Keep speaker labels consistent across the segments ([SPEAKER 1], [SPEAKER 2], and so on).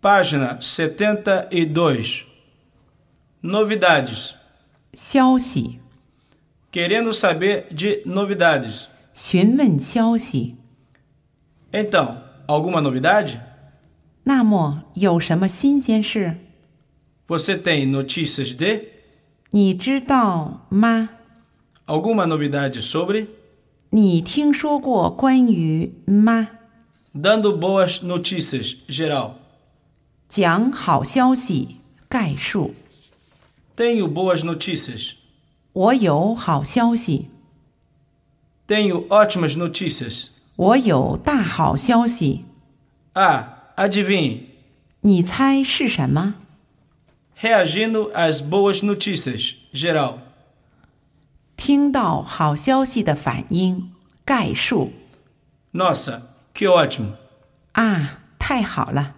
[SPEAKER 1] página 72. Novidades.
[SPEAKER 2] 消息、
[SPEAKER 1] Querendo saber de novidades.
[SPEAKER 2] 询问消息。
[SPEAKER 1] Então, alguma novidade?
[SPEAKER 2] 那么有什么新鲜事？
[SPEAKER 1] Você tem notícias de?
[SPEAKER 2] 你知道吗？
[SPEAKER 1] Alguma novidade sobre?
[SPEAKER 2] 你听说过关于吗？
[SPEAKER 1] Dando boas notícias, geral.
[SPEAKER 2] 讲好消息概述。
[SPEAKER 1] Tenho boas notícias.
[SPEAKER 2] 我有好消息，
[SPEAKER 1] Tenho ótimas notícias.
[SPEAKER 2] 我有大好消息。
[SPEAKER 1] Ah, adivinhe.
[SPEAKER 2] 你猜是什么？
[SPEAKER 1] Reagindo às boas notícias, geral.
[SPEAKER 2] 听到好消息的反应概述。
[SPEAKER 1] Nossa, que ótimo.
[SPEAKER 2] 啊，太好了！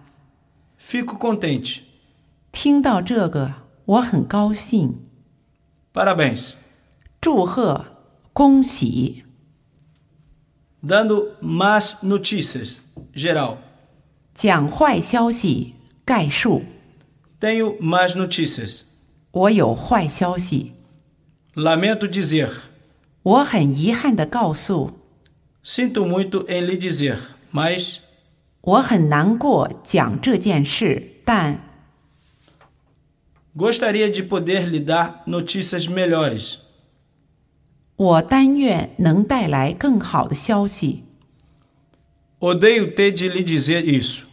[SPEAKER 1] Fico contente.
[SPEAKER 2] 听到这个，我很高兴。
[SPEAKER 1] Parabéns.
[SPEAKER 2] 祝贺，恭喜！
[SPEAKER 1] Dando más notícias, geral.
[SPEAKER 2] 讲坏消息概述。
[SPEAKER 1] Tenho más notícias.
[SPEAKER 2] 我有坏消息，
[SPEAKER 1] Lamento dizer.
[SPEAKER 2] 我很遗憾地告诉，
[SPEAKER 1] Sinto muito em lhe dizer, mas
[SPEAKER 2] 我很难过讲这件事，但
[SPEAKER 1] gostaria de poder lhe dar notícias melhores.
[SPEAKER 2] 我但愿能带来更好的消息。
[SPEAKER 1] Odeio ter de lhe dizer isso.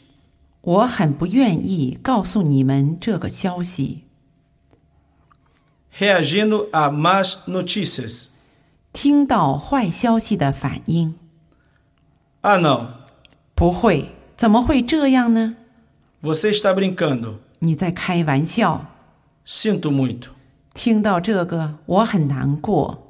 [SPEAKER 2] 我很不愿意告诉你们这个消息。
[SPEAKER 1] Reagindo a más notícias.
[SPEAKER 2] 听到坏消息的反应，
[SPEAKER 1] Ah, não.
[SPEAKER 2] 不会，怎么会这样呢？
[SPEAKER 1] Você está brincando.
[SPEAKER 2] 你在开玩笑。
[SPEAKER 1] Sinto muito.
[SPEAKER 2] 听到这个，我很难过。